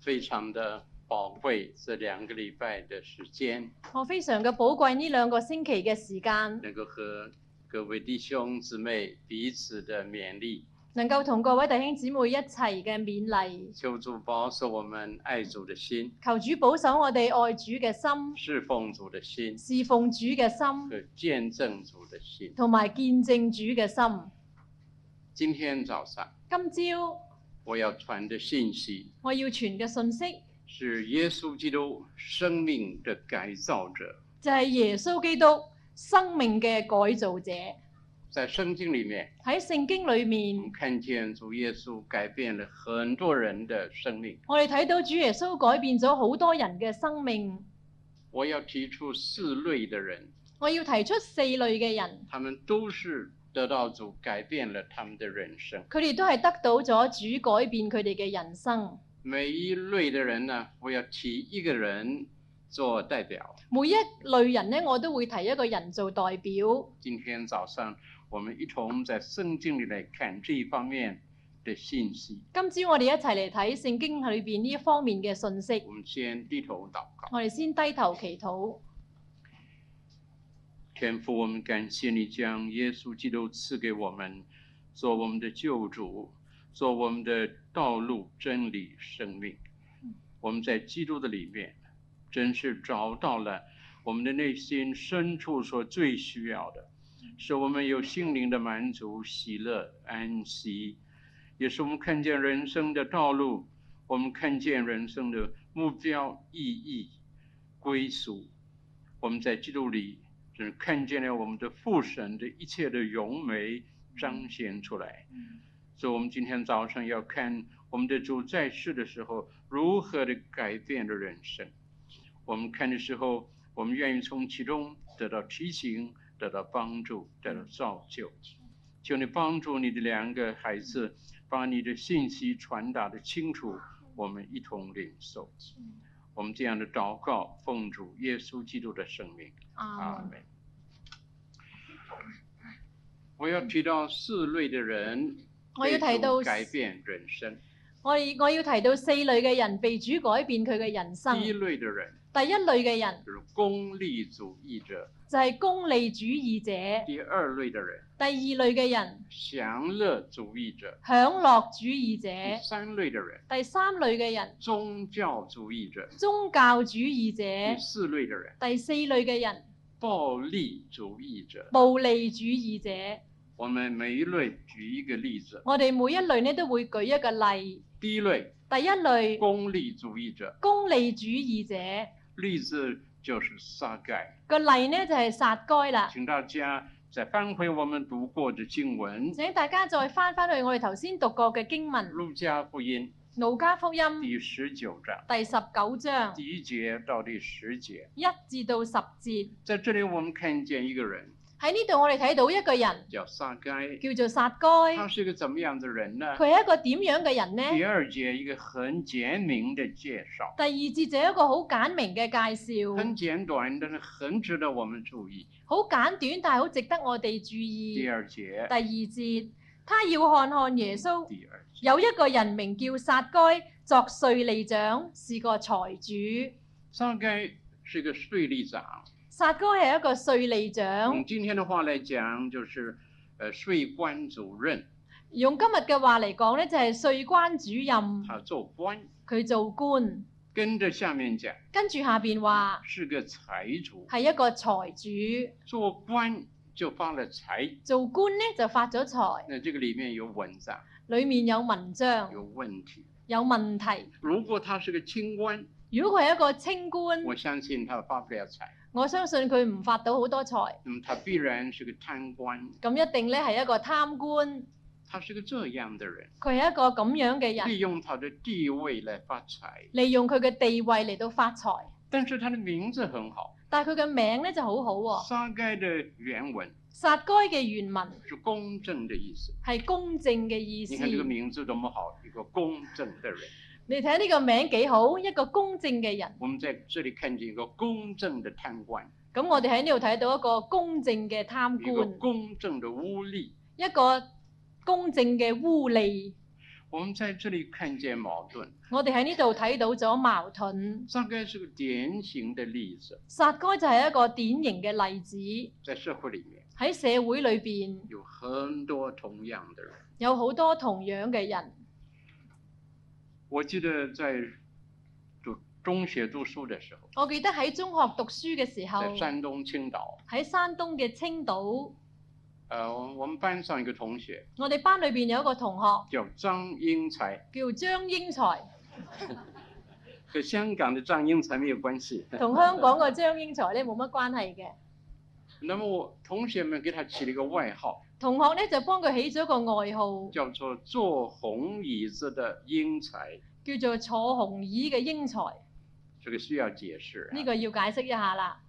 非常的宝贵，这两个礼拜的时间我非常嘅寶貴呢兩個星期嘅時間，能够和各位弟兄姊妹彼此的勉励，能夠同各位弟兄姊妹一齊嘅勉勵，求主保守我们爱主的心，求主保守我哋愛主嘅心、侍奉主的心侍奉主嘅心，和见证主的心。同埋見證主嘅心。今天早上今朝我要传的信息我要傳嘅信息是耶稣基督生命的改造者。就係、耶穌基督生命嘅改造者。在圣经里面，喺聖經裏我们面，看见主耶稣改变了很多人的生命。我哋睇到主耶穌改變咗好多人嘅生命。我要提出四类的人，我要提出四類嘅人，他们都是得到主改变了他们的人生。佢哋都係得到咗主改變佢哋嘅人生。每一类的人呢，我要提一个人做代表。每一類人咧，我都會提一個人做代表。今天早上我们一同在圣经里来看这一方面的信息。今朝我哋一齊嚟睇聖經裏邊呢一方面嘅信息我。们先低头祷告，我哋先低頭祈禱，天父，我们感谢你将耶稣基督赐给我们，做我们的救主，做我们的道路、真理、生命嗯。我们在基督的里面，真是找到了我们的内心深处所最需要的，使我们有心灵的满足、喜乐、安息，也是我们看见人生的道路，我们看见人生的目标、意义、归属。我们在基督里，只看见了我们的父神的一切的荣美彰显出来。所以，我们今天早上要看我们的主在世的时候如何的改变了人生。我们看的时候，我们愿意从其中得到提醒、得到帮助、得到造就。求你帮助你的两个孩子，把你的信息传达的清楚，我们一同领受。我们这样的祷告，奉主耶稣基督的圣名，阿啊，门。我要提到四类的人，嗯我要提到被主改变人生。我哋我要提到四類嘅人被主改變佢嘅人生。第一类的人第一類嘅人就是功利主义者，就係功利主義者，第二类的人第二類嘅人享乐主义者，享樂主義第者，三类的人第三類嘅人宗教主义者，宗教主義第者，四类的人第四類嘅人暴力主义者。暴利主義者。我们每一类举一个例子，我哋每一類咧都會舉一個例。第一类第一類功利主义者，功利主義者例子就是撒盖。個例呢，就係、撒該啦。请大家再翻回我们读过的经文，《請大家再翻翻去我哋頭先讀過嘅經文《路加福音路加福音》》第十九章第十九章第一节到第十节。一至到十節。在这里，我们看见一个人喺呢度我哋睇到一個人叫撒该，叫做撒該，他是一个怎么样的人呢？佢係一個點樣嘅人第呢？二节一个很简明的介绍，第二節就一個好簡明嘅介很紹，简短，但是很值得我们注意。好簡短，但係好值得我哋注意。第第二节，二節，他要看看耶穌。第二节，有一個人名叫撒該，作税吏長，是個財主。撒该是一个税吏长。撒該係一個税吏用長，今天的话来讲，就是呃税官主任，用今日嘅話嚟講呢就係、税關主任，他做官。佢做官。跟着下面讲，跟住下邊話是个财主，係一個財主，做官就发了财。做官呢就發咗財，那这个里面有文章，裡面有文章，有问题。有問題。如果他是个清官，如果佢係一個清官，我相信他发不了财。我相信佢唔發到好多財，那么他必然是个贪官，咁一定呢係一個貪官，他是个这样的人，佢係一個咁樣嘅人，利用他的地位来发财。利用佢嘅地位嚟到發財。但是他的名字很好，但係佢嘅名咧就好好、喎。撒该的原文撒該嘅原文是公正的意思。係公正嘅意思你。看这个名字多么好，一个公正的人。你睇呢個名幾好，一個公正嘅人。我们在这里看见一个公正的贪官，咁我哋喺呢度睇到一個公正嘅貪一个官，公正的污吏。一個公正嘅污吏。我们在这里看见矛盾，我哋喺呢度睇到咗矛盾。撒该是个典型的例子，撒該就係一個典型嘅例子，在社会里面喺社會裏邊有很多同样的人。有好多同樣嘅人。我记得在读中学读书的时候，我記得喺中學讀書嘅時候，在山东青岛，喺山東嘅青島，呃，我我们班上一个同学我哋班裏邊有一個同 學叫张英才，叫張英才，和香港的张英才没有关系。同香港個張英才咧冇乜關係嘅。那么我同学们给他起了一个外号，同學咧就幫佢起咗個外號，叫做“坐红椅子的英才叫做坐紅椅嘅英才。”，这个需要解释、啊。呢、個要解釋一下啦。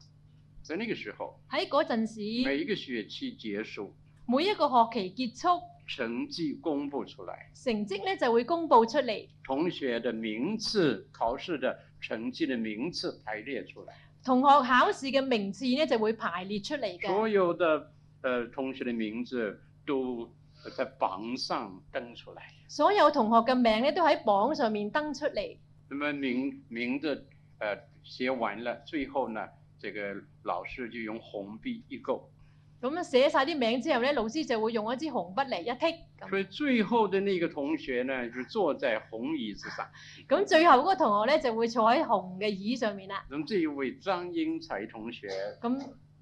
在那个时候，喺嗰陣時，每一个学期结束，每一個學期結束，成绩公布出来，成績咧就會公佈出嚟，同学的名次、考试的成绩的名次排列出来，同學考試嘅名次咧就會排列出嚟嘅。所有的呃同学的名字都呃在榜上登出来。所有同學嘅名咧都喺榜上面登出嚟。那么名名字呃写完了，最后呢，这个老师就用红笔一勾，咁樣寫晒啲名之後咧，老師就會用一支紅筆嚟一剔。咁所以最后的那个同学呢，就坐在红椅子上。咁最後嗰個同學咧就會坐喺紅嘅椅上面啦。那么这一位张英才同学咁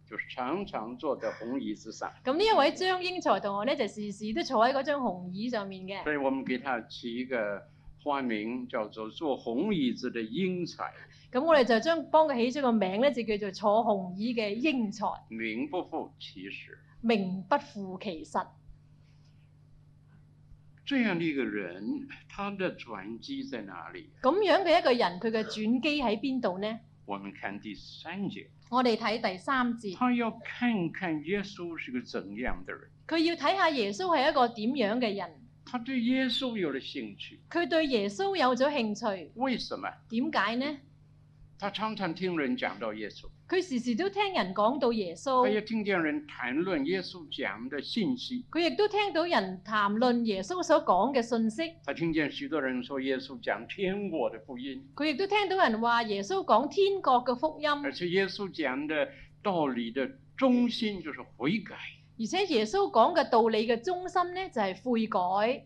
就是常常坐在红椅子上，咁呢一位張英才同學咧就時時都坐喺嗰張紅椅上面嘅。所以我们给他起一个花名，叫做“坐红椅子的英才咁我哋就將幫佢起咗個名咧，就叫做坐紅椅嘅英才，”，名不副其实。名不副其實。这样的一个人，他的转机在哪里？咁樣嘅一個人，佢嘅轉機喺邊度呢？我们看第三节，我哋睇第三節，他要看看耶稣是个怎样的人，佢要睇下耶穌係一個點樣嘅人，他对耶稣有了兴趣。佢對耶穌有咗興趣，为什么？點解呢？他常常听人讲到耶稣，佢時時都聽人講到耶他也穌，听见人谈论耶稣讲的信息，佢亦都聽到人談論耶穌所講嘅信息，他听见许多人说耶稣讲天国的福音。佢亦都聽到人話耶穌講天國嘅福音，而且耶稣讲的道理的中心就是悔改。而且耶穌講嘅道理嘅中心呢，就係悔改。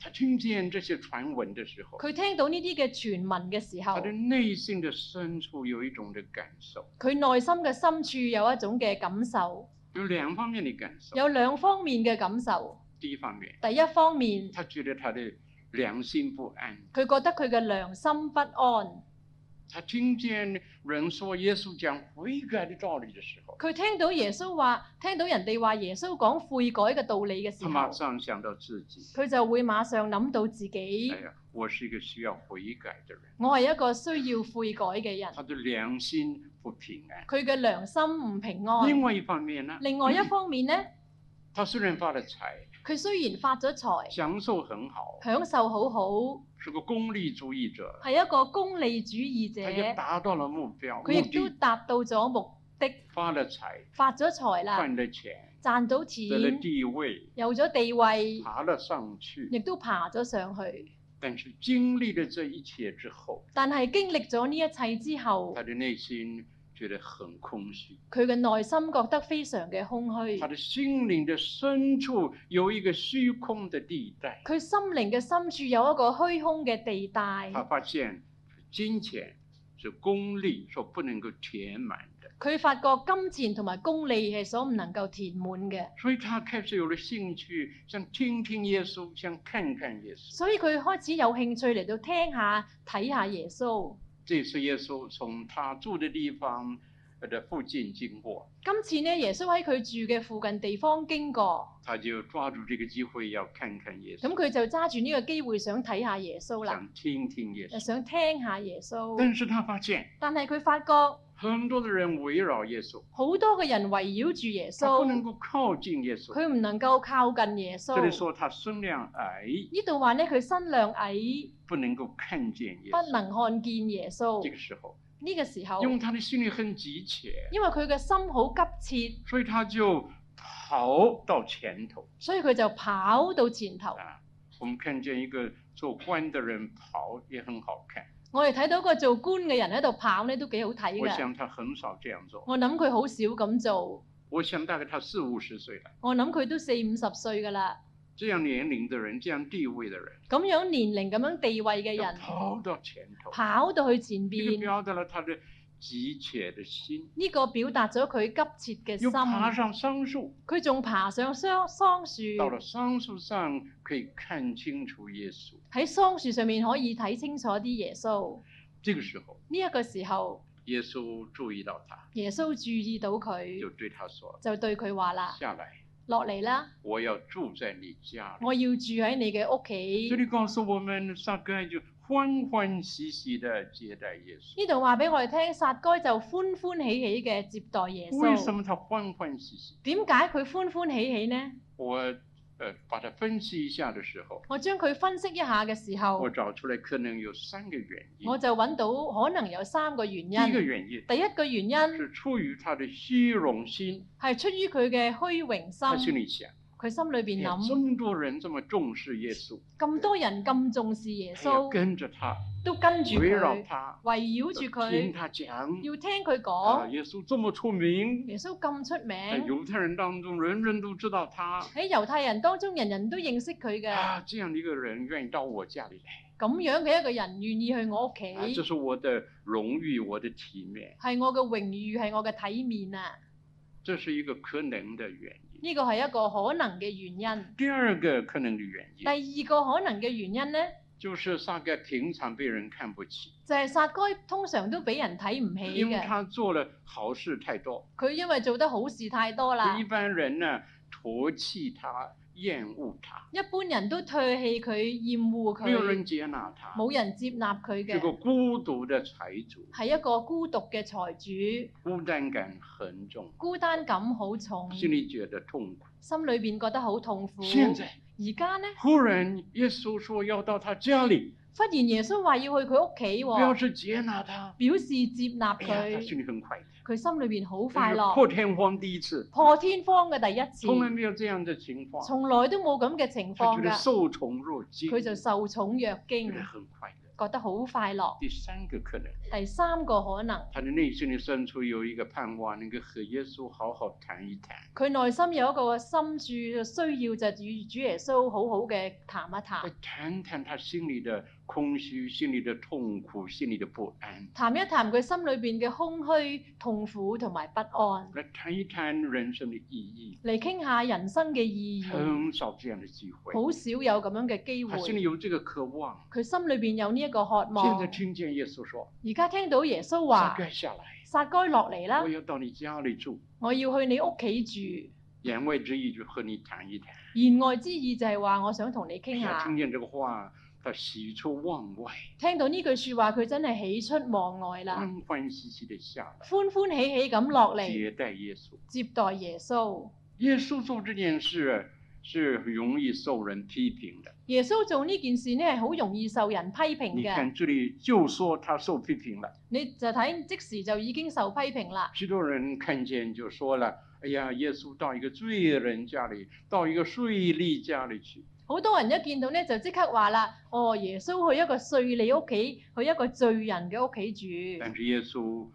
他听见这些传闻的时候，佢聽到呢啲嘅傳聞嘅時候他，的内心的深處有一种的感受，佢內心嘅深處有一種嘅感受，有两方面的感受。有兩方面嘅感受。第一方面，第一方面，他觉得他的良心不安，佢覺得佢嘅良心不安。他听见人说耶稣讲悔改的道理的时候，佢聽到耶穌話，聽到人哋話耶穌講悔改嘅道理嘅時他候，马上想到自己，佢就會馬上諗到自己哎，呀，我是一个需要悔改的人，我係一個需要悔改嘅人他，的良心不平安。佢嘅良心唔平另安。外一方面呢，另外一方面呢，他虽然发了财，佢雖然發咗財，享受很好，享受好好，是个功利主义者，係一個功利主義者，他也达到了目标，佢目亦都的達到咗目的，发了财，發咗財啦，赚了钱，賺到得了錢，地位，有咗地位，爬了上去。亦都爬咗上去。但是经历了这一切之后，但係經歷咗呢一切之後他，的内心觉得很空虚，佢嘅內心覺得非常嘅空虛他，的心灵的深处有一个虚空的地带。佢心靈嘅深處有一個虛空嘅地帶，他发现，金钱是功利所不能够填满的，佢發覺金錢同埋功利係所唔能夠填滿嘅，所以他开始有了兴趣，想听听耶稣，想看看耶稣。所以佢開始有興趣嚟到聽下睇下耶穌。这次耶稣从他住的地方呃的附近经过，今次呢，耶穌喺佢住嘅附近地方經過。他就抓住这个机会要看看耶咁稣，佢就揸住呢個機會想睇下耶穌啦，想听听耶又稣。想聽下耶穌。但是他发现但係佢發覺很多的人围绕耶稣，好多嘅人圍繞住耶他不能穌，够靠近耶稣。佢唔能夠靠近耶这里穌。说他身量矮，呢度話呢，佢身量矮，不能够看见耶不稣。能看見耶穌这。个时候，呢、個時候，因为他的心里很急切，因為佢嘅心好急切，所以他就跑到前头所以佢就跑到前頭。啊。我们看见一个做官的人跑也很好看。我哋睇到個做官嘅人喺度跑呢，都幾好啊睇我㗎。想他很少这样做。我諗佢好少咁做，我想大概他四五十岁了，我諗佢都四五十歲㗎啦。这样年齡的人，这样地位的人，咁樣年齡咁樣地位嘅要人，跑到前头，跑到去前这个邊，表达了他的急切的心，呢、個表達咗佢急切嘅又爬心。上桑树，佢仲爬上桑桑樹，到了桑树上可以看清楚耶稣。喺桑樹上面可以睇清楚啲耶穌。这个时候，呢、一個時候，耶穌注意到他，耶穌注意到佢就，对他说就對佢話：“啦：下来，落嚟啦，我要住在你家里。我要住喺你嘅屋”企这。里告诉我们，撒该就欢欢喜喜的接待耶稣。呢度話俾我哋聽，撒該就歡歡喜喜嘅接待耶为什穌。么他欢欢喜喜？點解佢歡歡喜喜呢？我呃把它分析一下的时候，我將佢分析一下嘅時候我，找出来可能有三个原因。我就揾到可能有三個原第一个因。原因第一個原因是出于他的虚荣心，係出於佢嘅虛榮他心心，里想，佢心裏哎邊呀这諗么多人这么重视耶稣，咁多人咁重視耶哎呀穌，跟着他，都跟住围绕佢，他，圍繞住听佢，他讲。要聽佢啊，講。耶穌这么出名，耶穌咁出在名，犹太人当中，人人都知道他。喺猶太人當中，人人都認識佢嘅。啊，这样的一个人愿意到我家里来，咁樣嘅一個人願意去我屋企，啊，这是我的荣誉，我的体面，係我嘅榮譽，係我嘅體面啊！这是一个可能的原因。呢個係一個可能嘅原因。第二个可能的原因第二個可能嘅原因呢，就是撒该平常被人看不起，就係、撒該通常都俾人睇唔起因为嘅，他做了好事太多，佢因為做得好事太多啦一，般人呢唾弃他，厌恶他，一般人都唾棄佢、厭惡没有人佢，接纳他，冇人接納佢这个嘅，孤独的财主，係一個孤獨嘅財主，孤单感很重，孤單感好重，心里觉得痛苦。心裏邊覺得好痛苦。现在。而家呢，忽然，耶稣说要到他家里，忽然耶穌話要去佢屋企表喎，示接纳他。表示接納哎呀，他佢。心里很快乐，佢心裏邊好这快是樂，破天荒第一次，破天荒嘅第一次，从来没有这样的情况，從來都冇咁嘅情他況觉得㗎。受宠若惊，佢就受寵若觉驚，得很快乐。覺得好快樂。第三个可能，第三個可能，他的内心里深处有一个盼望，能够和耶稣好好谈一谈。佢內心有一個心處需要就與主耶穌好好嘅談一来談，谈谈他心里的空虚、心里的痛苦、心里的不安，談一談佢心裏邊嘅空虛、痛苦同埋不安，来谈一谈人生的意义。嚟傾下人生嘅意義。很少这样的机会，好少有咁樣嘅機他心里會，有这个渴望。佢心裏邊有呢一個渴现望在。听见耶稣说而家聽到耶穌：“撒話：该下来，撒該落嚟啦我，要到你家里住。我要去你屋企住。”言外之意就和你谈一谈。言外之意就係話，我想同你哎傾呀，下。听见这个话，他喜出望外，聽到呢句説話，佢真係喜出望外啦，欢欢喜喜的下歡歡喜喜咁落来嚟接待耶稣。接待耶穌。耶稣做这件事是很容易受人批评的。耶穌做呢件事呢，係好容易受人批評你嘅。看这里就说他受批评了，你就睇即時就已經受批評啦。许多人看见就说了：“哎呀，耶稣到一个罪人家里，到一个税吏家里去，好多人一見到呢，就即刻話啦：哦，耶穌去一個稅吏屋企，去一個罪人嘅屋企但住。是耶稣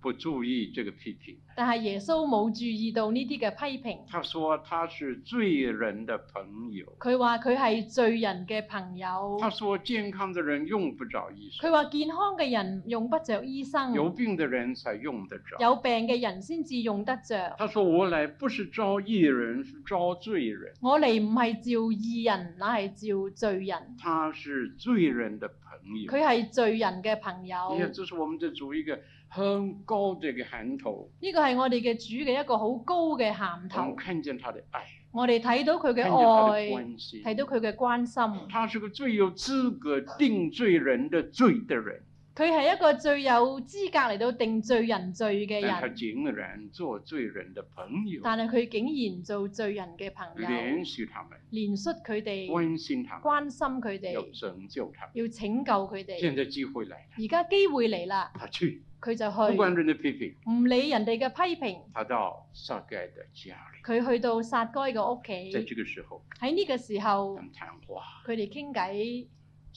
不注意这个批评，但係耶穌冇注意到呢啲嘅批評。他说他是罪人的朋友。佢話佢係罪人嘅朋友。他说健康的人用不着医佢生，話健康嘅人用不着醫生。有病的人才用得着。有病嘅人先至用得着。他说我来不是招义人，是招罪人。我嚟唔係召義人，乃係召罪人。他是罪人的朋友。佢係罪人嘅朋哎友，呀，这是我们的主一个很高的一个handle。呢個係我哋嘅主嘅一個好高嘅銜我们頭。看见他的愛，我哋睇到佢嘅看见他的愛，關心，睇到佢嘅關心。他是个最有资格定罪人的罪的人，佢係一個最有資格嚟到定罪人罪嘅但他人，竟然做罪人的朋友，但係佢竟然做罪人嘅朋友，怜恤他們，憐恤佢哋，關心他們，關心佢要哋，拯救他們。要拯救佢現哋。在機會來了，而家機會嚟啦，他去，佢就不管去，人的批評，唔理人哋嘅批評。他到撒該的家里，佢去到撒該嘅屋在企，這個時候，嗯喺呢個時候他們談話，佢哋傾偈，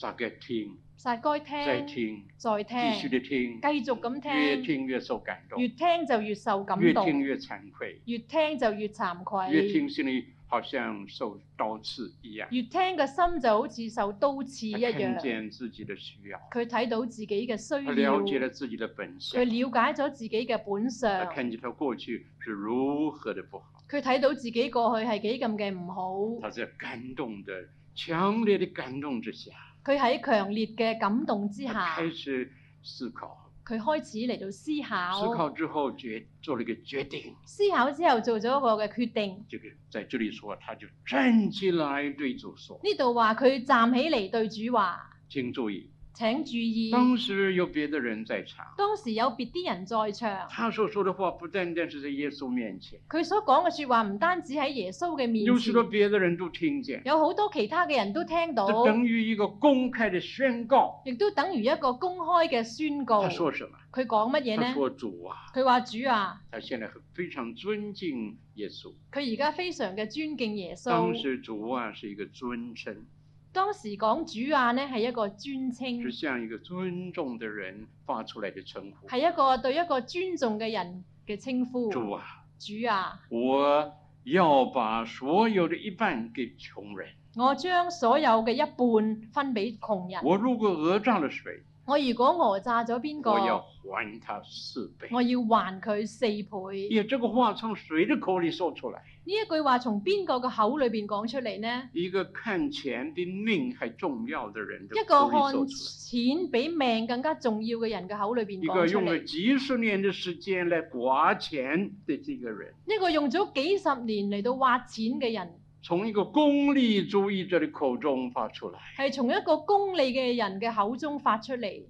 大概听，實該再聽，听，再哎继续聽，的听，繼續咁越聽，听越受感动越，聽就越受感越動，听越惭愧，越聽就越慚愧，越听心里好像受刀刺一样，越聽個心就好似受刀刺一他看樣。见自己的需要，佢睇到自己嘅需他了解要，了自己的本佢性，了解咗自己嘅本他相，看见他过去是如何的不好，佢睇到自己過去係幾咁嘅唔好他。在感动的强烈的感动之下，佢喺強烈嘅感動之他下，开始思考，佢開始嚟到思思考，考之后决做了一个决定。思考之後做咗一個嘅決定。这个在这里说，他就站起来对主说，呢度話佢站起嚟對主話：请注意，請注意，当時有別的人在场，當時有別啲人在場，他所说的話不單單是在耶穌面前，佢所講嘅説話唔單止喺耶穌嘅面有許多前，別的人都聽見，有好多其他嘅人都聽到，这等於一個公開的宣告。亦都等於一個公開嘅宣告。他佢說什么？講乜嘢他呢？說主啊，佢話主啊，他現在很非常尊敬耶穌。佢而家非常嘅尊敬耶當穌。時主啊是一個尊稱，當時講主啊呢係一個尊稱。是向一個尊重的人發出來的稱呼。係一個對一個尊重嘅人嘅稱呼。主啊，主啊，我要把所有的一半給窮人。我將所有嘅一半分俾窮人。我如果讹诈了谁，我如果讹詐咗邊個，我要我还他四倍。要還佢四倍。也这个话从谁的口里说出来？呢一句話從邊個嘅口裏邊講出嚟呢？一个看钱比命还重要的人的一口個里看说出来，錢比命更加重要嘅人嘅口裏邊一个講出用了嚟。几十年的时间来刮钱的这个人，一個用咗幾十年嚟到挖錢嘅人，从一个功利主义者的口中发出来，係從一個功利嘅人嘅口中發出嚟。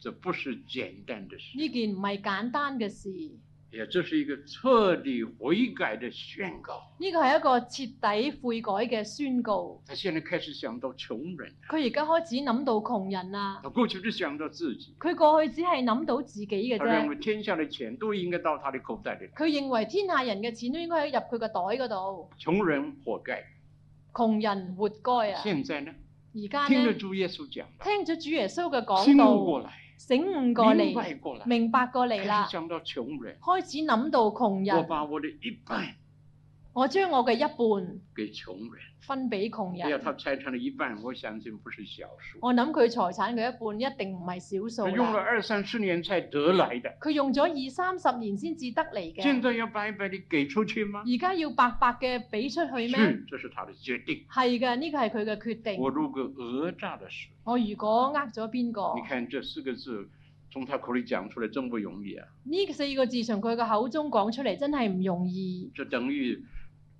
这不是简单的事，呢件唔係簡單嘅事，呢也这是一个彻底悔改的宣告。個係一個徹底悔改嘅宣告。他现在开始想到穷人，佢而家開始諗到窮人啦。他过去只想到自己，佢過去只係諗到自己嘅他认啫。为天下的钱都应该到他的口袋里来。佢認為天下人嘅錢都應該喺入佢個袋嗰度。穷人活该。窮人活該啊！现在呢，而家听了呢，主耶稣讲了，聽咗主耶穌嘅醒講悟过道，来，醒悟過明白嚟，过来，明白過嚟开啦始，想到穷人，開始諗到窮我人。把我的一半我將我嘅一半给穷人。分俾窮哎呀，他人。财产的一半，我相信不是小数，我諗佢財產嘅一半一定唔係少他數用了啦。二三十年才得来的，佢用咗二三十年先至得嚟现嘅，在要白白的给出去吗？而家要白白嘅俾出去咩？是，这是他的决定。係嘅，呢個係佢嘅決定。我如果讹诈了谁？我如果呃咗邊個？你看这四个字从他口里讲出来，真不容易啊！呢四個字從佢嘅口中講出嚟，真係唔容易，这等于，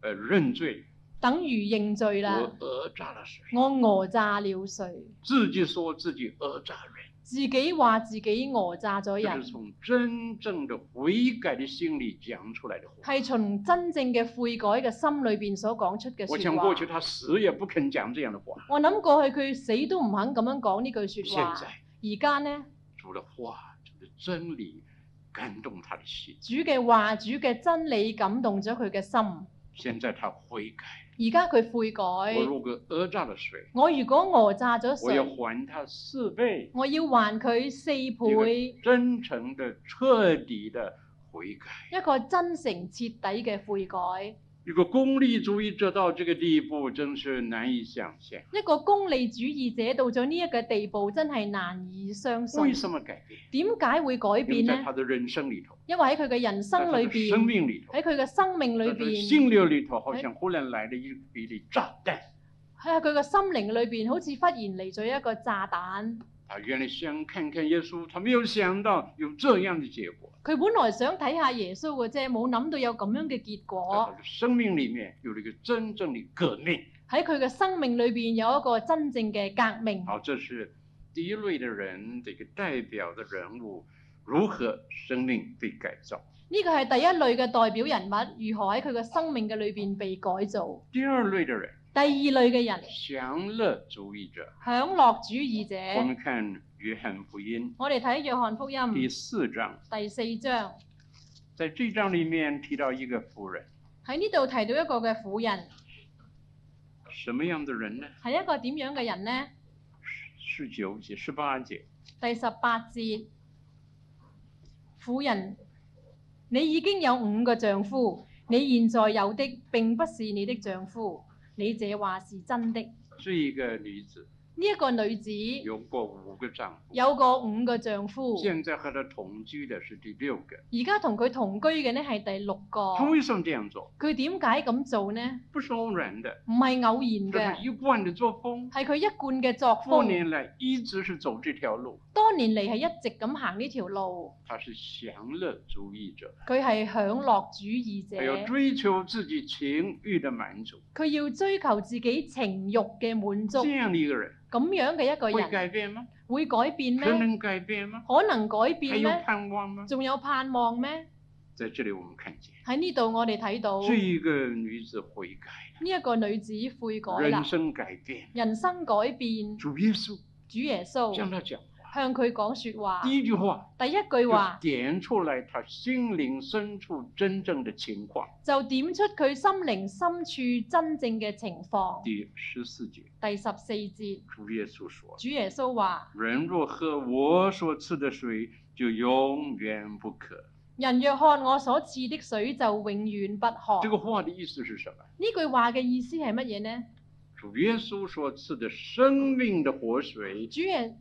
呃，认罪，等於認罪我啦。讹诈了谁？我讹詐了誰？自己说自己讹诈人。自己話自己讹詐这咗人是，从真正的悔改的心里讲出来的话。係從真正嘅悔改嘅心裏邊所講出嘅我説想过去話。他死也不肯讲这样的话，我諗過去佢死都唔肯咁樣講呢句説现話。在而家呢，主的话、主的真理感动他的心，主嘅話、主嘅真理感動咗佢嘅心，而现在他悔改。家佢悔我改。如果讹诈了谁，我如果讹詐咗我要誰，还他四倍。我要還佢四倍。真诚的、彻底的悔改。一個真誠徹底嘅悔改，一个功利主义者到这个地步，真是难以想象。一個功利主義者到咗呢一個地步，真係難以相信。为什么改变？點解會改因为變在呢他？的人生里头，因為喺佢嘅在人生他裏的生邊，命里头。喺佢嘅生命裏在他的邊，心流里头，好像忽然来了一一粒炸弹。喺佢嘅心靈裏邊，好似忽然嚟咗一個炸彈。啊，原来想看看耶稣，他没有想到有这样的结果，佢本來想睇下耶穌嘅啫，冇諗到有咁樣嘅結在他果。的生命里面有了一个真正的革命。喺佢嘅生命裏邊有一個真正嘅革命。好，这是第一类的人的一个代表的人物，如何生命被改造。呢個係第一類嘅代表人物，如何喺佢嘅生命嘅裏邊被改造。第二类的人，第二類嘅人。享樂主义者。享樂主義者。我们看约翰福音我哋睇約翰福音第四章，第四章，在这章里面提到一个妇人，喺呢度提到一個嘅婦人，什么样的人呢？係一個點樣嘅人呢？十九节、十八节，第十八節，婦人，你已經有五個丈夫，你現在有的並不是你的丈夫，你這話是真的。呢、这个女子一個女子有过五个丈夫，有個五個丈夫，现在和她同居的是第六个。而家同佢同居嘅呢係第六個。她为什么这样做？佢點解咁做呢？不是偶然的，唔係偶这然是嘅，一贯的作风。係佢一貫嘅作多風。年来一直是走这条路，多年嚟係一直咁行呢條路，她是享乐主义者，佢係享樂主義者还，要追求自己情欲的满足，佢要追求自己情慾嘅滿足。这样的一个人咁樣嘅一個会人改變嗎？會改變可咩？能改變嗎？可能改还變有咩？盼望吗？仲有盼望咩？在这里我们看见，喺呢度我哋睇到这呢一个女子悔改一個女子悔改了，啦人，生改变了，人生改變。主耶稣主耶向穌她讲话，向佢講説話，第一句话第一句就話。点出来她心灵深处真正的情况。就點出佢心靈深處真正嘅情況。第十四节，第十四節，主耶稣说主耶穌話：：“人若喝我所赐的水，就永远不渴。人若看我所賜的水，就永遠不”这渴。个话的意思是什么？呢句話嘅意思係乜嘢呢？主耶稣所赐的生命的活水，主耶嗯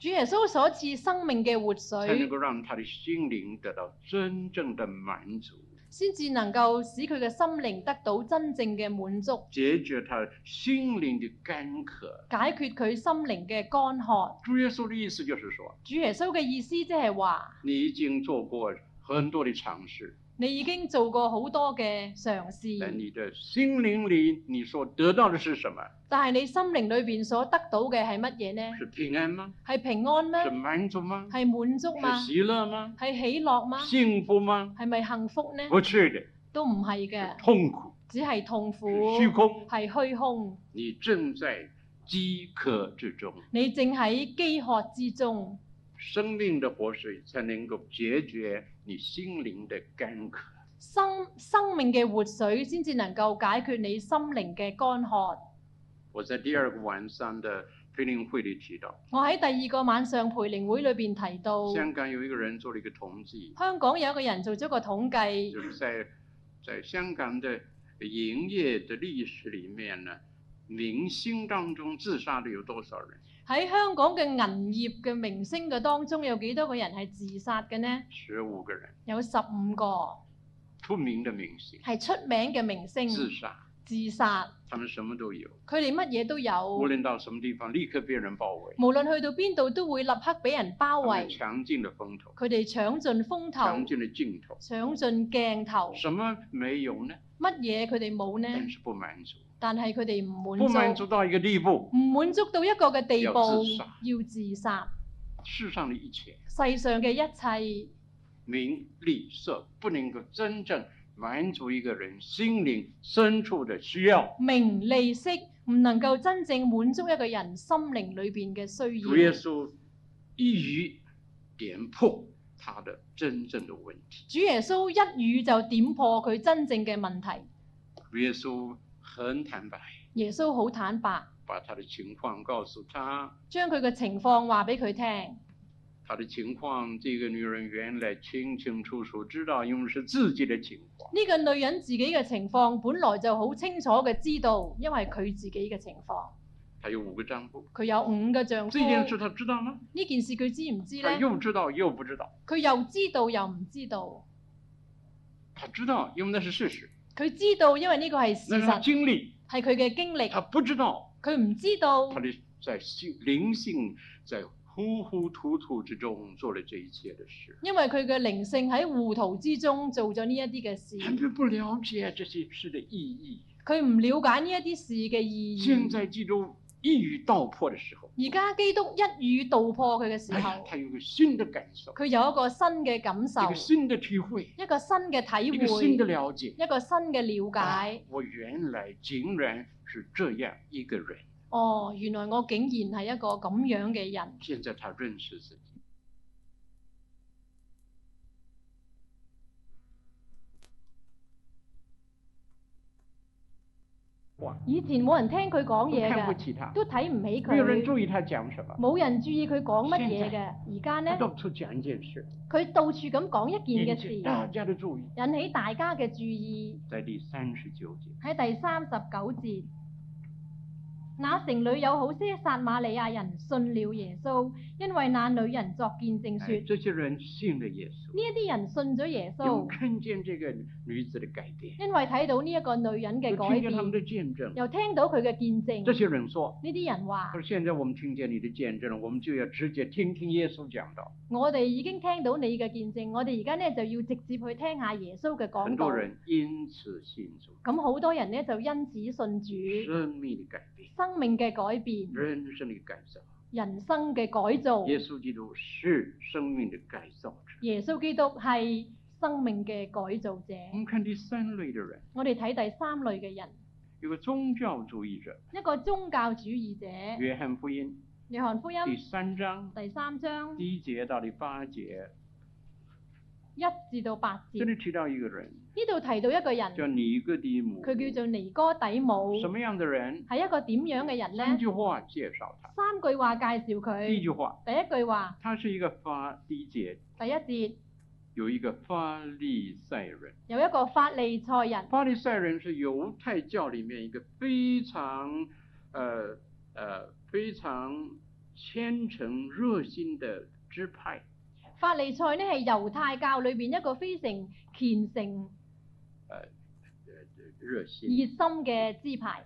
主耶穌所賜生命嘅活才能水够，让他的心灵得到真正的满足，先至能夠使佢嘅心靈得到真正嘅滿足，解决他心灵的干渴。解決佢心靈嘅乾渴。主耶稣的意思就是说，主耶穌嘅意思即係話：你已经做过很多的尝试，你已經做過好多嘅嘗在試，你的心灵里，你所得到的是什么？但係你心靈裏邊所得到嘅係乜嘢呢？是平安吗？係平安咩是？满足吗？係滿足嘛是？喜乐吗？係喜樂嘛？幸福吗？係咪幸福呢？不是的，都唔係是嘅，痛苦，只係痛苦，是虚空。係虛空。你正在饥渴之中，你正喺飢渴之中，生命的活水才能够解决你心灵的干渴。生生命嘅活水先至能夠解決你心靈嘅乾渴。我在第二个晚上的培灵会里提到，我喺第二個晚上培靈會裏邊提到，香港有一个人做了一个统计，香港有一個人做咗個統計，就是在在香港的营业的历史里面呢，明星当中自杀的有多少人？喺香港嘅銀業嘅明星嘅當中，有幾多個人係自殺嘅呢？十五个人，有十五個出名的明星係出名嘅明星自杀，自殺。他们什么都有，佢哋乜嘢都无有，论到什么地方，立刻被人包围，無論去到邊度都會立刻俾人包他们圍，抢尽了风头，佢哋搶盡風抢頭，尽了镜头，搶盡鏡頭，什么没有呢？乜嘢佢哋冇但呢？是不满足，但係佢哋唔不满滿足足，到一个地步唔，滿足到一個嘅地有自殺步，要自殺。世上的一切。世上嘅一切名利色不能够真正满足一个人心灵深处的需要。名利色唔能夠真正滿足一個人心靈裏邊嘅需主耶要。稣一语点破他的真正的问题。主耶穌一語就點破佢真正嘅問題。主耶穌很坦白，耶穌好坦白，把他的情况告诉他。將佢嘅情況話俾佢聽。他的情况，这个女人原来清清楚楚知道，因为是自己的情况。呢個女人自己嘅情況本來就好清楚嘅知道，因為佢自己嘅情況，她有五个丈夫，佢有五個丈夫。这件事她知道吗？呢件事佢知唔知她呢？又知道又不知道。佢又知道又唔知道。她知道，因为那是事实，佢知道，因為呢個係事那是她實，经历。係佢嘅經歷她。不知道，佢唔知道他，的在心灵性在糊糊涂涂之中做了这一切的事，因為佢嘅靈性喺糊塗之中做咗呢一啲嘅事，他并不了解这些事的意义。佢唔了解呢一啲事嘅意现義。在基督一语道破的时候，而家基督一語道破佢嘅時哎呀候，他有个新的感受，佢有一個新嘅感受一，个新的体会，一個新嘅體一个會新，的了解。一個新嘅了啊解。我原来竟然是这样一个人，哦，原來我竟然係一個咁樣嘅人。现在他认识自己。话，以前冇人聽佢講都嘢看不嘅，起他，都睇唔起没有人佢，注意他讲什么。冇人注意佢講乜嘢嘅。而家他呢，到处讲一件事，佢到處咁講一件引嘅事，起啊大家的注意。引起大家嘅注意。在第三十九节，喺第三十九節，那城裏有好些撒瑪利亞人信了耶穌，因為那女人作見證哎說：这些人信了耶稣呢，一啲人信咗耶有穌，看见这个女子的改变，因為睇到呢一個女人嘅有改听见他们變，的见证。又聽到佢嘅見这證。些人说呢啲人：“話他：说现在我们听见你的见证了，我们就要直接听听耶稣讲道。我哋已經聽到你嘅見證，我哋而家呢就要直接去聽下耶穌嘅”很講道多。人因此信主，咁好多人呢就因此信主，生命的改变，生命嘅改變，人生的改造。人生嘅改造。耶稣基督是生命的改造者。耶穌基督係生命嘅改造者。我们看第三类的人，我哋睇第三類嘅人，有个宗教主义者，一個宗教主義者。约翰福音約翰福音第三章第三章第一节到第八节，一至到八这節，里提到一个人呢度提到一個人，叫尼哥底母，佢叫做尼哥底母，什么样的人？係一個點樣嘅人三呢？句话介绍他。三句話介紹第一佢，句话，第一句話。他是一个法，第一节第一節有一个法利赛人。有一個法利賽人，法利赛人是犹太教里面一个非常，呃呃非常虔诚热心的支派。法利賽呢係猶太教裏邊一個非常虔誠呃热熱心，心嘅支派。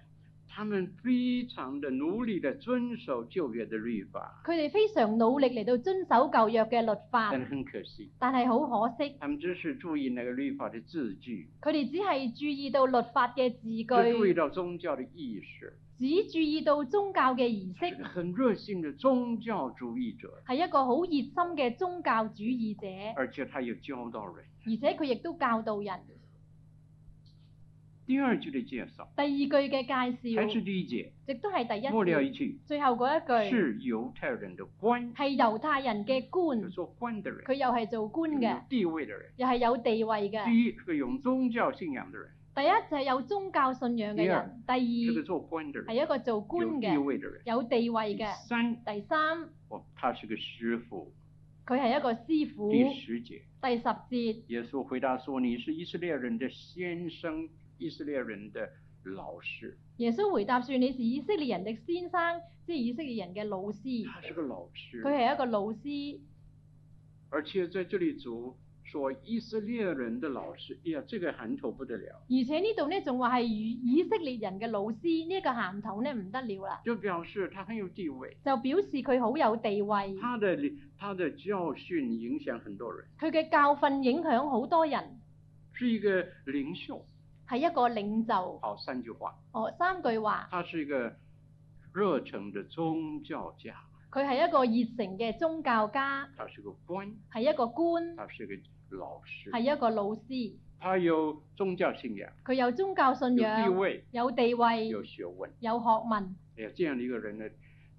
他们非常的努力的遵守旧约的律法，佢哋非常努力嚟到遵守舊約嘅律法但，是很可惜，但係好可惜，他们只是注意那个律法的字句，佢哋只係注意到律法嘅字只注意句，到宗教的意识，只注意到宗教嘅儀是个式，很热心的宗教主义者，係一個好熱心嘅宗教主義者，而且他也教导人。而且佢亦都教導人。第二句的介绍第二句嘅介还是紹，第一节，亦都係第一末了一節，句最後嗰一句是犹太人的官，係猶太人嘅官，有做官的人，佢又係做官嘅有。地位的人。又係有地位嘅。第一是个有宗教信仰的人，第一就係有宗教信仰嘅人，第是个二做官的人，係一個做官有地嘅、位的人。有地位第嘅。嗯三第三，哦，他是个师傅。佢係一個師傅。第十节，第十節，耶稣回答说：“你是以色列人的先生，以色列人的老师。耶穌回答說：你是以色列人的先生，即係以色列人嘅老師。他是个老师佢，係一個老師，而且在这里主说以色列人的老师，哎呀，这个行头不得了，而且呢度呢仲話係以以色列人嘅老師，呢、一個鹹頭呢唔得了啦，就表示他很有地位，就表示佢好有地位，他的他的教训影响很多人，佢嘅教訓影響好多人，是一个领袖。係一個領袖。好，三句话，哦，三句話。他是一个热诚的宗教家，佢係一個熱誠嘅宗教家，他是个官，係一個官，他是个老师，係一個老師。他有宗教信仰。”佢有宗教信有地仰，位，有地位，有学问。有學問。哎呀，这样的一个人呢，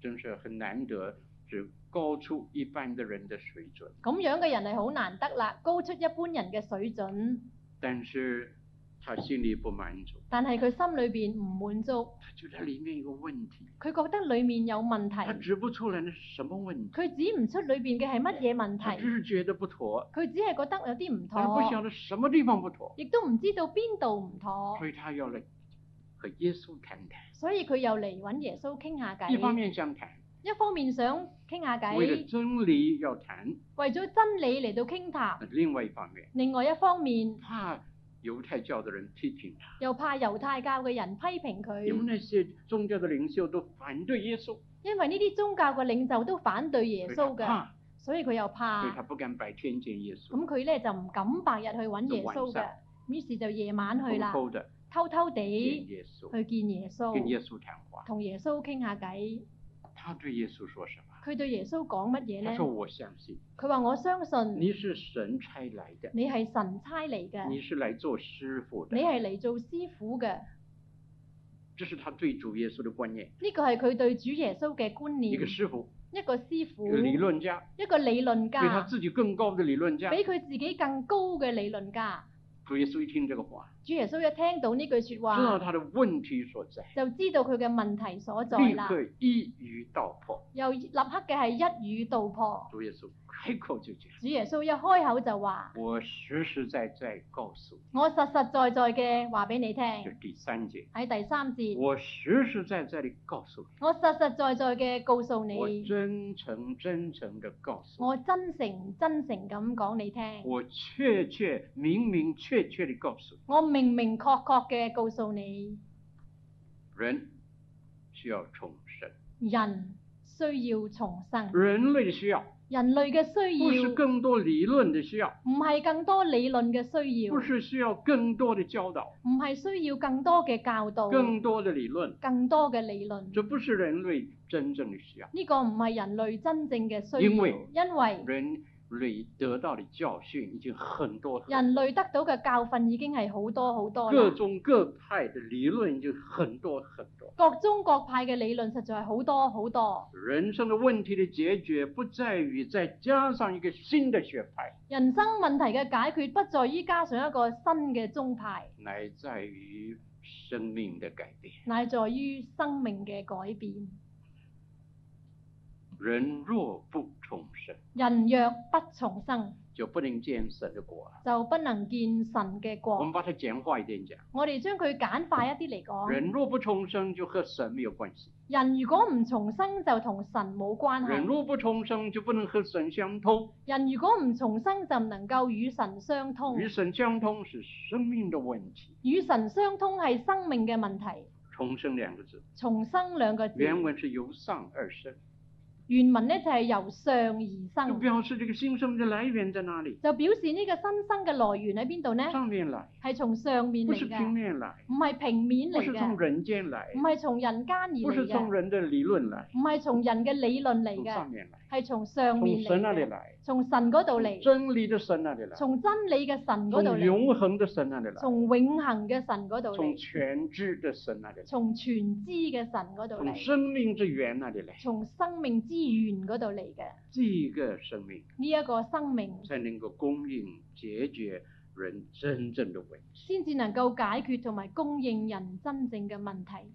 真是很难得，是高出一般的人的水准。咁樣嘅人係好難得啦，高出一般人嘅水準。 但是他心里不滿足，但係佢心裏邊唔滿足，他觉得里面有个问题，佢覺得裡面有問他題，指不出来那是什么问题，佢指唔出裏邊嘅係乜嘢問 他題只，是觉得不妥，佢只係覺得有啲唔但是不晓妥，得什么地方不妥，亦都唔知道邊度唔妥，所以他要来和耶稣谈谈。所以佢又嚟揾耶穌傾下一方偈。面想谈，一方面想傾下为了偈，真理要谈；為咗真理嚟到傾談。另外一方面，另外一方面，怕犹太教的人批评他，又怕猶太教嘅人批評因为佢，那些宗教的领袖都反对耶稣。因為呢啲宗教嘅領袖都反對耶所以穌他嘅，怕，所以佢又所以怕他。不敢白天见耶稣，咁佢咧就唔敢白日去揾耶穌就晚嘅，於是就夜晚去啦，哎偷偷的偷偷见地耶稣，去見耶跟穌，耶稣谈话。同耶穌傾下偈。他对耶稣说什么？佢對耶穌講乜嘢他说：“呢？我相信佢話：我相信你是神差来的，你係神差嚟嘅，你是来做师傅的你。係嚟做師傅嘅。”这是他对主耶稣的观念。呢個係佢對主耶穌嘅觀一念个，师傅，一個師一傅，个理論家，一個理論比他家，啊自己更高的理論家。比佢自己更高嘅理論家。主耶稣一听这个话，主耶穌一聽到呢句説知道話，他的問題所在，就知道佢嘅問題所在立啦，刻一語道破。又立刻嘅係一語道破。主耶穌開口就講：主耶穌一開口就話：我實實在在告訴你，我實實在在嘅話俾你聽。就第三節，喺第三節，我實實在在的告訴我實實在在嘅告訴你，我你，真誠真誠的告訴我你，真誠真誠咁講你聽，我確確明明確確的告訴你，我明明確確嘅告訴你，人需要重生，人需要重生，人類的需要人類嘅不需是要更多理論的需要，唔係更多理論嘅需要不，是需要更多的教導、唔係需要更多嘅教導，更多的理論，更多嘅理論。這不是人類真正的需要。呢個唔係人類真正嘅需要，因為因為人類得到的教訓已經很多很多人類得到嘅教訓已經係好多好多各啦。种各派的理论已经很多很多。各中各派嘅理論實在係好多好多。人生的问题的解决不在于再加上一个新的学派，人生問題嘅解決不在於加上一個新嘅宗派，乃在于生命的改变。乃在於生命嘅改變。人若不重生，人若不重生，就不能见神的国。就不能見神嘅我们國。把它简化一点讲，我哋將佢簡化一啲嚟講，人若不重生，就和神没有关系；人如果唔重生就同神冇關人係，若不重生，就不能和神相通。人如果唔重生就唔能夠與神相通。与神相通是生命的问题。與神相通係生命嘅問題。重生两个字，重生兩個字，原文是由上而生。原文呢就係由上而就生，表示这个新生命的来源在哪里？就表示呢個新生嘅來源喺邊度呢？上面来，係從上面不嚟是平嘅，面来，唔係平面不嚟是从嘅，人间来唔，係從人間而不嚟是从嘅，人的理论来，唔係從人嘅理論嚟从上嘅，面来，係從上面从神那里嚟嘅，来，從神嗰度嚟，真理的神那里来，從真理嘅神嗰度从嚟，永恒的神那里来，從永恆嘅神嗰度从嚟，全知的神那里来，從全知嘅神嗰度从嚟，生命之源那里来，從生命之源嗰度嚟嘅这个生命呢一個生命。才能够供应解决人真正的问题。先至能夠解決同埋供應人真正嘅問題。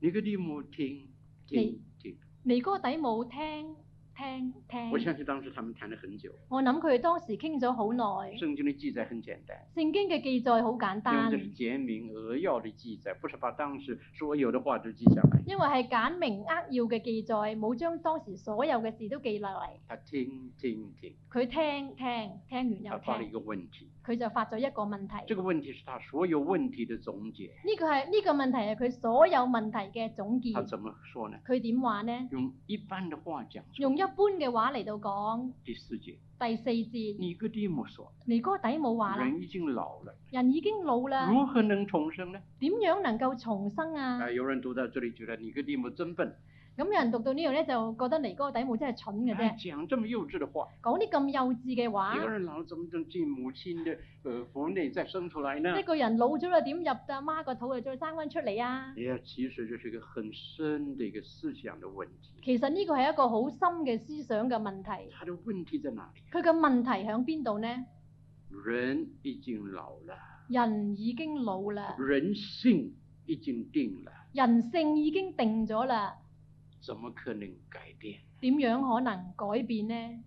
尼哥底母听听听，尼哥底母聽聽聽，我相信当时他们談了很久。我諗佢當時傾咗好耐。圣经的记载很简单。聖經嘅記載好簡因为單这，是简明扼要的记载，不是把当时所有的话都记下来。因為係簡明扼要嘅記載，冇將當時所有嘅事都記落嚟。他聽聽聽，佢聽聽聽他完又啊发了一聽，个问题，佢就發咗一個問題。这个问题是他所有问题的总结。呢個係呢個問題係佢所有問題嘅總他結。怎么说呢？佢點話呢？用一般的话讲出用一般嘅話嚟到講。第四节，第四節，尼哥底母说，尼哥底母話啦：人已经老了，人已經老啦。如何能重生呢？點樣能夠重生啊、啊？有人讀到这里觉得尼哥底母真笨，咁有人讀到呢度咧，就覺得尼哥底母真係蠢嘅哎啫，讲这么幼稚的话，講啲咁幼稚嘅話一。个人老了怎么能进母亲的呃腹内再生出来呢？一個人老咗啦，點入阿媽個肚啊，再生翻出嚟啊？哎呀，其實这是一个很深的一个思想的問題。其實呢個係一個好深嘅思想嘅問題。他的問題在哪里？佢嘅問題喺邊度呢？人已經老了，人已經老啦，人性已經定了，人性已經定咗啦，怎麼可能改變？點樣可能改變呢？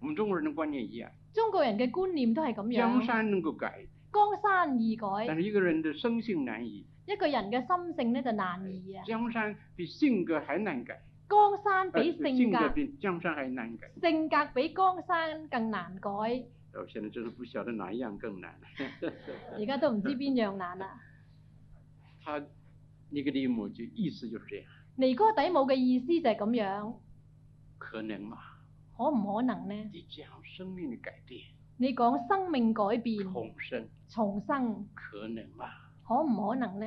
我們中國人的觀念一樣，中國人嘅觀念都係咁江樣，山能嗯夠改，江山易但是改，一個人的生性難移，一個人嘅心性咧就難移啊。江山比性格還難改，江山呃比哎性格格。比江山還難改。性格比江山更難改，而我現在真是不曉得哪一樣更難。家都唔知邊樣難啊啦。他尼格底姆就意思就是這樣，尼哥底母嘅意思就係咁樣，可能嗎？可唔可能呢？你講生命的改變，你講生命改變、重生。重生，可能吧，可唔可能呢？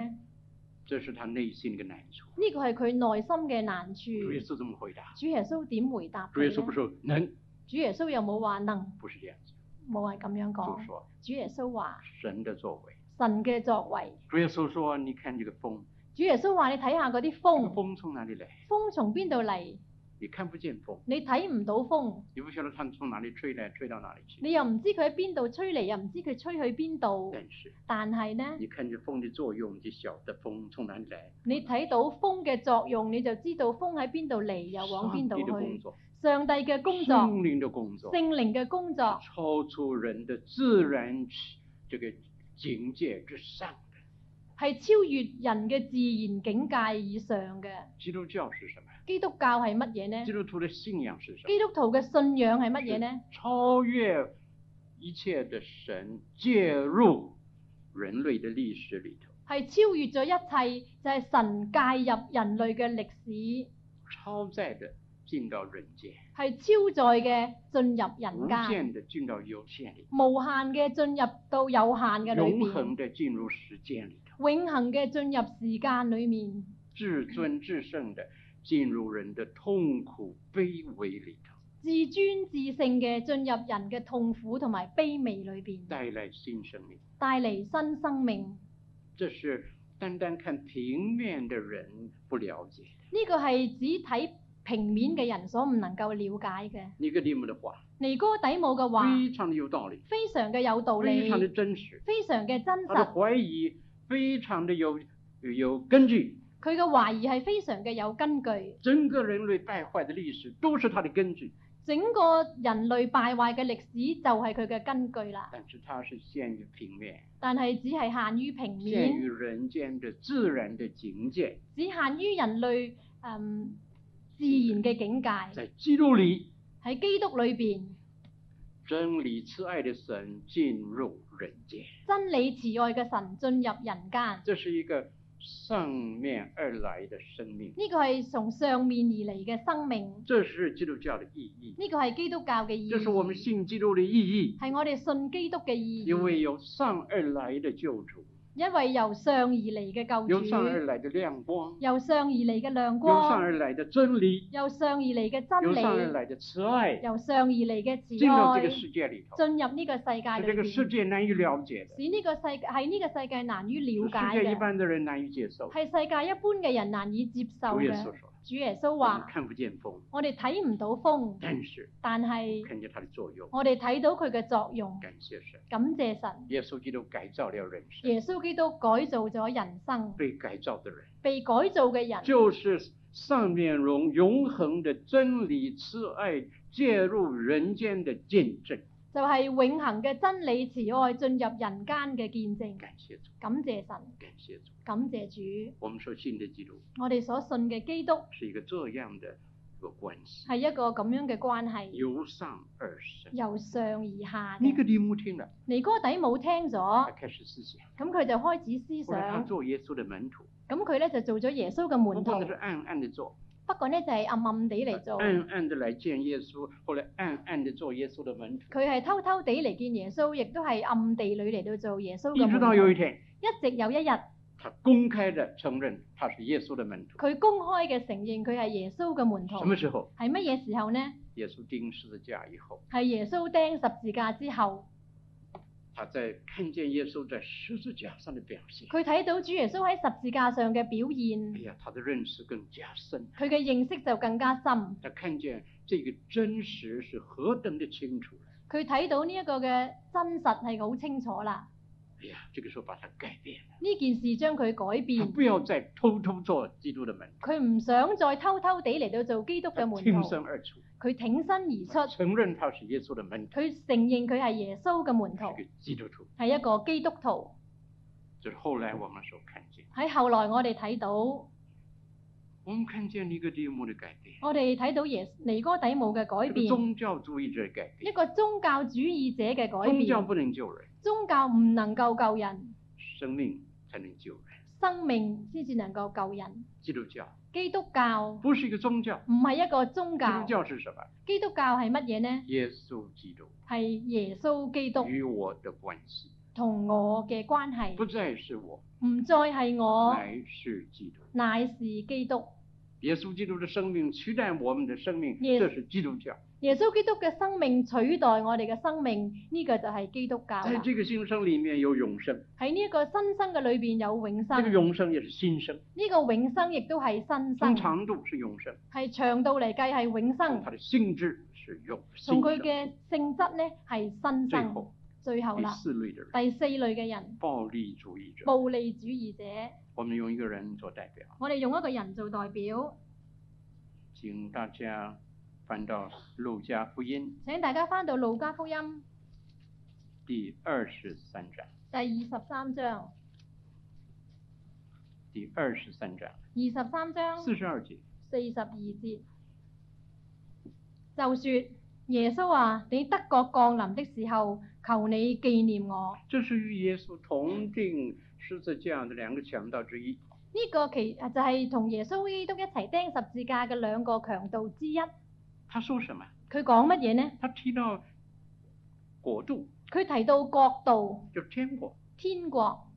这是他内心的难处。呢個係佢內心嘅難處。主耶稣怎么回答？主耶穌點回答主佢耶稣不呢？说能，主耶穌又冇話能，不是这样子，冇係咁樣就講。说主耶穌話神的作为。神嘅作為。主耶稣说：“你看这个风，主耶穌話你睇下嗰啲这个風，风从哪里来？風從邊度嚟？你看不见风，你睇唔到風，你不晓得它从哪里吹来，吹到哪里去。你又唔知佢喺邊度吹嚟，又唔知佢吹去邊度。但是但係呢，你看见风的作用，你就晓得风从哪里来，你睇到風嘅作用，你就知道風喺邊度嚟，又往邊上度帝的工去。作，上帝嘅工作，嗯心灵的工作，聖靈嘅工作，超出人的自然这个境界之上的。係超越人嘅自然境界以上嘅。基督教是什么？基督教係乜嘢呢基？督徒的信仰是什么？基督徒嘅信仰係乜嘢呢？超越一切的神介入人类的历史里头，係超越咗一切，就係、神介入人類嘅歷史，超载的进到人间，係超載嘅進入人无間，限的进到有限里，無限嘅進入到有限嘅裏永恒邊，的进入时间里头，永恆嘅進入時間裏面，至尊至圣的进入人的痛苦卑微里头，自尊自性嘅進入人嘅痛苦同埋卑微裏邊，带来新生命。帶嚟新生命。这是单单看平面的人不了解的。呢、個係只睇平面嘅人所唔能夠了解嘅。尼哥底母的话尼哥底母嘅話非常的有道理，非常嘅有道非理，常的真实。非常嘅真他的實。怀疑非常的有有有根据，佢嘅懷疑係非常嘅有根據，整个人类败坏的历史都是他的根据，整個人類敗壞嘅歷史就係佢嘅根據啦。但是他是限于平面，但係只係限於平限于面，人间的自然的境界，只限於人類嗯自然嘅境界。在基督里，喺基督裏邊，真理慈爱的神进入人间，真理慈愛嘅神進入人間。这是一个上面而来的生命，呢個係從上面而嚟嘅生命，这是基督教的意义，呢個係基督教嘅意这是我们義，信基督的意义，係我哋信基督嘅意因為義。有上而来的救主，因為由上而嚟嘅救有上主，而来的亮光，由上而嚟嘅有上亮光，而来的真理。由上而嚟嘅由上真而理。来的慈爱由上而嚟嘅慈进到愛这个世界里头，進入呢個世是界这裏个世邊，界难以了解的，使呢個世界喺呢個世界難於是了解世界一嘅，般的人难以接受。係世界一般嘅人難以接受主耶嗯嘅稣。说主耶：“穌我们話：看不见风，我哋睇唔到風，但是但係看见它的作用。我哋睇到佢嘅作用。感谢神，感謝神，耶稣基督改造了人生，耶穌基督改造咗人生，被改造的人被改造嘅人就是上面容永恒的真理、慈爱介入人间的见证。就係永恆嘅真理慈愛進入人間嘅見證。感谢主，感謝神，感谢主。感謝主，我们所信的基督我哋所信嘅基督是一个这样的一个关系，係一個咁樣嘅關係。由上而生。由上而下尼哥嘅。底母听了。尼哥底母聽他咗，开始思想，咁佢就開始思后来他想，做耶稣的门徒，咁佢咧就做咗耶穌嘅不門过他是徒，暗暗的做，不過咧就係暗暗地嚟做，暗暗的来见耶稣，后来暗暗的做耶稣的门徒，佢係偷偷地嚟見耶穌，亦都係暗地裏嚟到做耶穌嘅一直到有一門徒。天，一直有一日，他公开的承认他是耶稣的门徒。佢公開嘅承認佢係耶穌嘅門徒。什么时候？係乜嘢時候呢？耶稣钉十字架以后，係耶穌釘十字架之後，他在看见耶稣在十字架上的表现，佢睇到主耶穌喺十字架上嘅表哎現，呀，他的认识更加深，佢嘅認識就更加深。他看见这个真实是何等的清楚了。佢睇到呢一個嘅真實係好清楚啦。哎呀，这个时候把他改变了，呢件事將佢改他變，不要再偷偷做基督的门徒，佢唔想再偷偷地嚟到做基督他嘅門挺身徒，而出。佢挺身而出，承认他是耶稣的门徒，佢承認佢係耶穌嘅門徒，是个基督徒，係一個基督徒。这是後來我們所看見。喺後來我哋睇到，我我們看見尼哥底母的改變，哋睇到耶尼哥底母嘅改这个變，宗教主義者的改一變，個宗教主義者嘅改宗教變。不能救人，宗教唔能夠救人，生命才能救人。生命先至能夠救人。基督教基督教唔不是一個宗教，係一個宗基督教，教是什麼？基督教係乜嘢呢？耶穌基督係耶穌基督與我的關係，同我嘅關係，不再是我，唔再係我。乃是基督。乃是基督。耶稣基督的生命取代我们的生命， Yes 这是基督教。耶穌基督嘅生命取代我哋嘅生命，呢、個就係基督教啦在这个新生里面有永生，喺呢一個新生嘅裏邊有永这生，个呢永生也是新生，個永生亦都係新从生，长度是永生，係長度嚟計係从永生它，的性质是永從新佢生。嘅性質呢係新最生。后最後第啦，四类的人，第四類嘅人，暴力主义者，暴利主義者，我们用一个人做代表，我哋用一個人做代表，请大家翻到路加福音請大家翻到路加福音第二十三章，第二十三章，第二十三章二十三章。四十二节，四十二節，就說耶穌啊，你德國降臨的時候，求你紀念我。这是与耶稣同定十字架的两个强盗之一。呢、個其就係、同耶穌基督一齊釘十字架嘅兩個強盜之一。他说什么？佢講乜嘢呢？他提到国度，佢提到國度、就是天国。天國，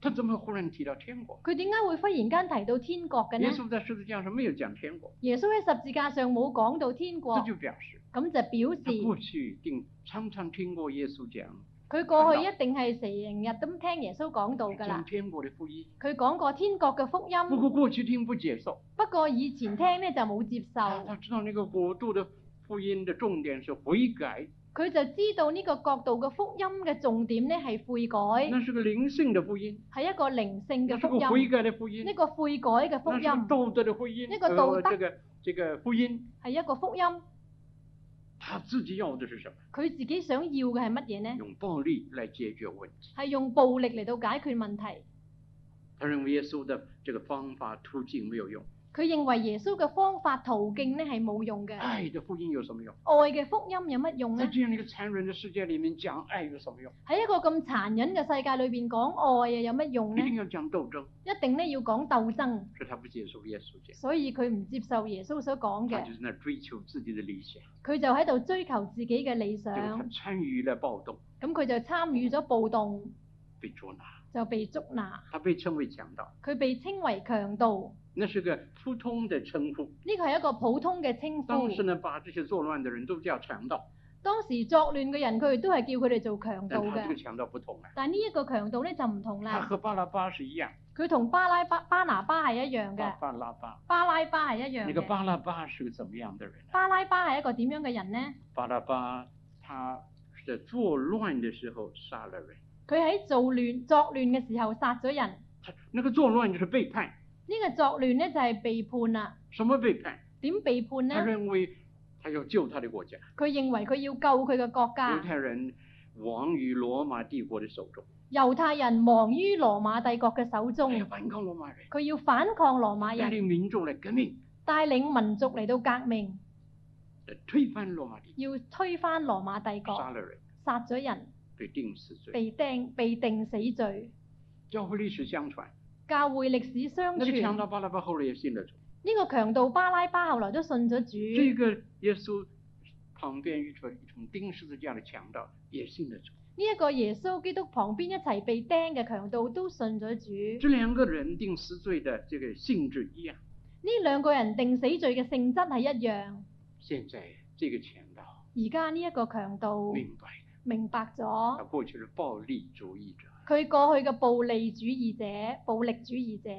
他怎么忽然提到天国？佢點解會忽然間提到天國嘅耶呢？稣在十字架上没有讲天国，耶穌喺十字架上冇講到天國这，就表示咁就表他过示去定常常听过耶稣讲佢過去一定係成日咁聽耶穌講道㗎讲啦。天国的福音，佢講過天國嘅福不音。过过去听不接受。不過以前聽咧就冇接他受他，知道那个国度的福音的重点是悔改，佢就知道呢個角度嘅福音嘅重點咧係悔改，那是个灵性的福音，係一個靈性哎那嘅是福个嗯悔音，改的嗯福音呢，個悔改嘅福那是个音道德的福音，那个道德呃这个这个福音，係一個福音。他自己要的是什么？佢自己想要嘅係乜嘢呢？用暴力来解决问题。係用暴力嚟到解決問題。他认为耶稣的这个方法途径没有用，佢認為耶穌嘅方法途徑咧係冇用嘅，愛爱的福音有什么用？嘅福音有乜用在呢？这样一个残忍的世界里面讲爱有什么用？喺一個咁殘忍嘅世界裏邊講愛啊，有乜用一 呢？定要讲斗争，一定咧要講鬥爭，是他不接受耶稣讲，所以佢唔接受耶穌所講他嘅就。在那追求自己的理想，佢就喺度追求自己嘅理想结，果他参与了暴动，咁佢就參與咗暴動，被捉拿，就被捉拿。他被称为强盗，佢被稱為強盜，那是个普通的称呼。呢個係一個普通嘅稱当时呼。呢，把这些作乱的人都叫强盗，當時作亂嘅人，佢哋都係叫佢哋做強但盜他这个嘅。强盗不同啊，但呢一個強盜咧就唔同他啦，和巴拉巴是一样，佢同巴拉巴巴拿巴係一樣巴嘅，巴拉巴，巴拉巴係一樣那个嘅。巴拉巴是个怎么样的人呢？啊巴拉巴係一個點樣嘅人呢？巴拉巴他在作乱的时候杀了人，佢喺做亂作亂嘅時候殺咗人，他那个作乱就是背叛，呢、個作亂咧就係被判啦。什么背叛？點被判呢他？认为他要救他的国家，佢認為佢要救佢嘅國犹家。太人亡于罗马帝国的手中，猶太人亡於羅馬帝國嘅手中他，要反抗罗马人，佢要反抗羅馬带人，领民众来革命，帶領民族嚟到革命，来推翻罗马帝要推翻羅馬帝国，杀國，了人，殺咗人，被定死罪。被釘被定死罪。教会历史相传，教會歷史相那个强傳，盗巴拉巴后来也信了主。呢個強盜巴拉巴後來都信咗这主，个耶稣旁边一群一群钉十字架的强盗也信了主。呢一個耶穌基督旁邊一齊被釘嘅強盜都信咗主。这两个人定死罪的这个性质一样。呢兩個人定死罪嘅性質係一樣。现在这个强盗而家呢一個強盜明白了，明白他咗，过去是暴力主义者，佢過去嘅暴利主義者、暴力主義者。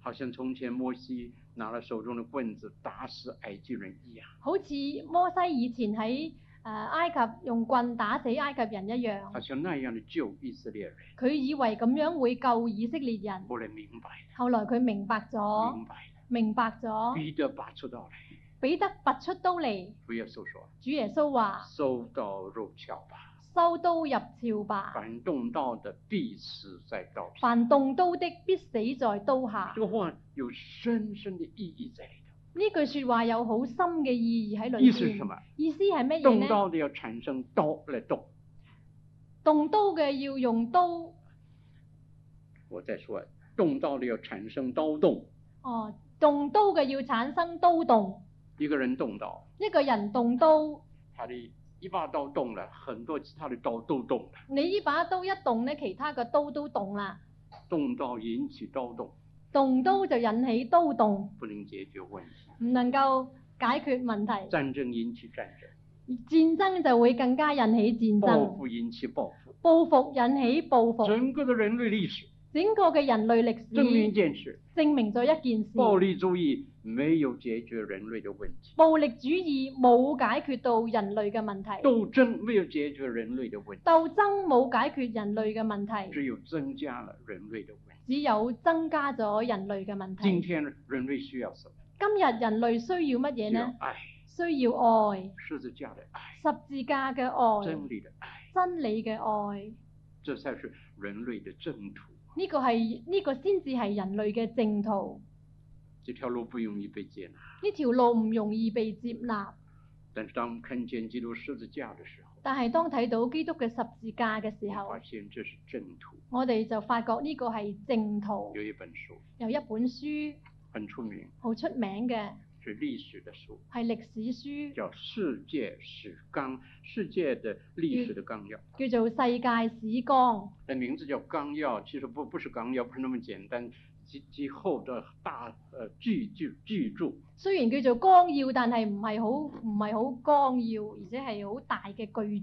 好像从前摩西拿了手中的棍子打死埃及人一样，好似摩西以前喺誒、呃埃及用棍打死埃及人一好樣，像那样的救以色列人。佢以為咁樣會救以色列人，后来明白後來佢明白了，咗，明白了，明白咗，彼得拔出刀来，彼得拔出刀嚟，主耶稣说主耶穌：“話：收刀入鞘吧，收刀入鞘吧，反动刀的必死在刀上。”凡動刀的必死在刀下这。个话有深深的意义在里头。呢句説話有好深嘅意義喺裏意思是什邊。么？意思係乜嘢动呢？刀的要产生刀来动。動刀嘅要用刀，我再说，动刀的要产生刀动。哦，動刀嘅要產生刀動。一个人动刀，一個人動刀。他的一把刀动了，很多其他的刀都动了。你呢把刀一動咧，其他嘅刀都動啦。动刀引起刀动，動刀就引起刀動，不能解决问题。唔能夠解決問題。战争引起战争，戰爭就會更加引起戰报爭，复引起报复。報復引起報復。整个的人类历史整個嘅人類歷证明一史件事：證明咗一件暴事：力主义没有解决人类的问题，暴力主義冇解決到人類嘅問題，斗争没有解决人类的问题，鬥爭冇解決人類嘅問題，只有增加了人类的问题。只有增加咗人類嘅問今題。天人类需要什么？今日人類需要乜嘢需要呢？爱，需要愛，十字架的爱，十字架嘅愛，真理的爱，真理嘅愛。这才是人类的正途。呢個係呢個先至係人類嘅正途。这条路不容易被接纳，呢條路唔容易被接納，但是当我们看见基督十字架的时候，但係當睇到基督嘅十字架嘅時我们候发，现这是正途。我哋就發覺呢個係正途有。一本书有一本書很出名，好出名嘅，是历史的书，係歷史書，叫《世界史纲》，世界的历史的纲要。叫做《世界史纲那名字叫纲要，其实不不是纲要，不是那么简单。其其后的大呃巨巨巨著，》。雖然叫做光耀，但係唔係好唔係好光耀，而且係好大嘅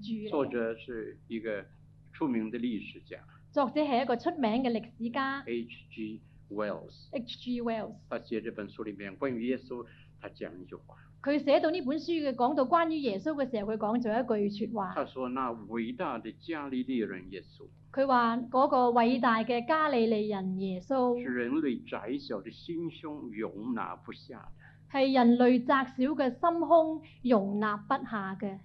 巨著作嚟嘅。者是一个出名的历史家作者係一個出名嘅歷史家 H.G. Wells。 H.G. Wells。他写这本书里面关于耶稣，他讲一句话，佢寫到呢本書嘅講到關於耶穌嘅時候，佢講咗一句説話。他说：“那伟大的加利利人耶稣，佢話嗰個偉大嘅加利利人耶穌是人类窄小的心胸容纳不下的。”係人類窄小嘅心胸容納不下嘅。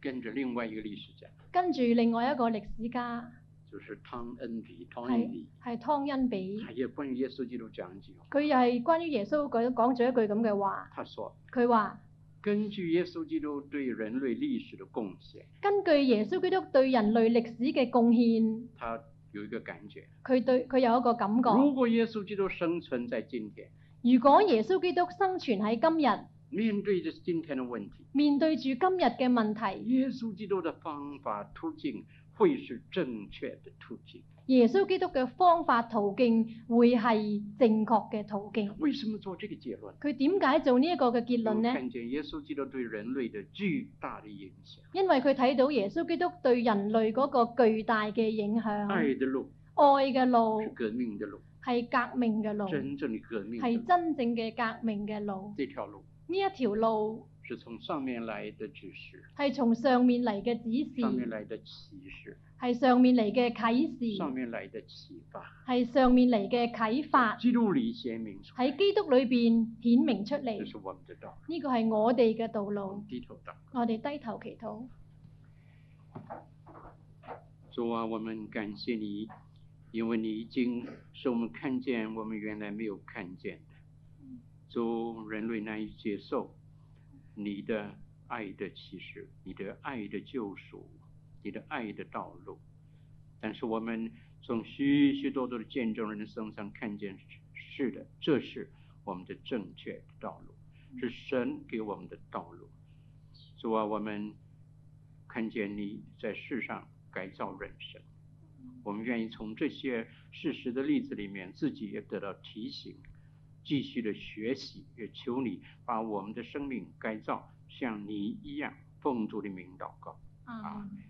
跟着另外一个历史家，跟住另外一個歷史家就是汤恩比，汤恩係比，係湯恩比他，也关于耶稣基督讲一句话，佢又係關於耶穌佢講咗一句咁嘅話，他说：佢話根据耶稣基督对人类历史的贡献，根據耶穌基督對人類歷史嘅貢獻，他有一个感觉：佢對佢有一個感覺。如果耶稣基督生存在今天，如果耶穌基督生存喺今日，面对着今天的问题，面對住今日嘅問題，耶稣基督的方法途径会是正确的途径。耶穌基督嘅方法途徑會係正確嘅途徑。为什么做这个结论？佢點解做呢一個嘅結我論们呢？看见耶稣基督对人类的巨大的影响，因為佢睇到耶穌基督對人類嗰個巨大嘅影響，爱的路愛嘅路是革命的路，係革命嘅路，真正的革命的係路。真正嘅革命嘅路。这条路呢一條路是从上面来的指示，係從上面嚟嘅指上面示，来的启示，係上面嚟嘅啟上示，面来的启发。係上面嚟嘅啟發，基督里显明出来，喺基督裏邊顯明出这嚟。是我们的道呢個係我哋嘅道路。我路们，低头祷告，我哋低頭祈禱。主啊，我们感谢你，因为你已经使我们看见我们原来没有看见的。主，人类难以接受你的爱的启示，你的爱的救赎，你的爱的道路。但是我们从许许多多的见证人的身上看见，是的，这是我们的正确的道路，是神给我们的道路。主啊，我们看见你在世上改造人生，我们愿意从这些事实的例子里面，自己也得到提醒，继续的学习，也求你把我们的生命改造，像你一样，奉主的名祷告。阿阿門门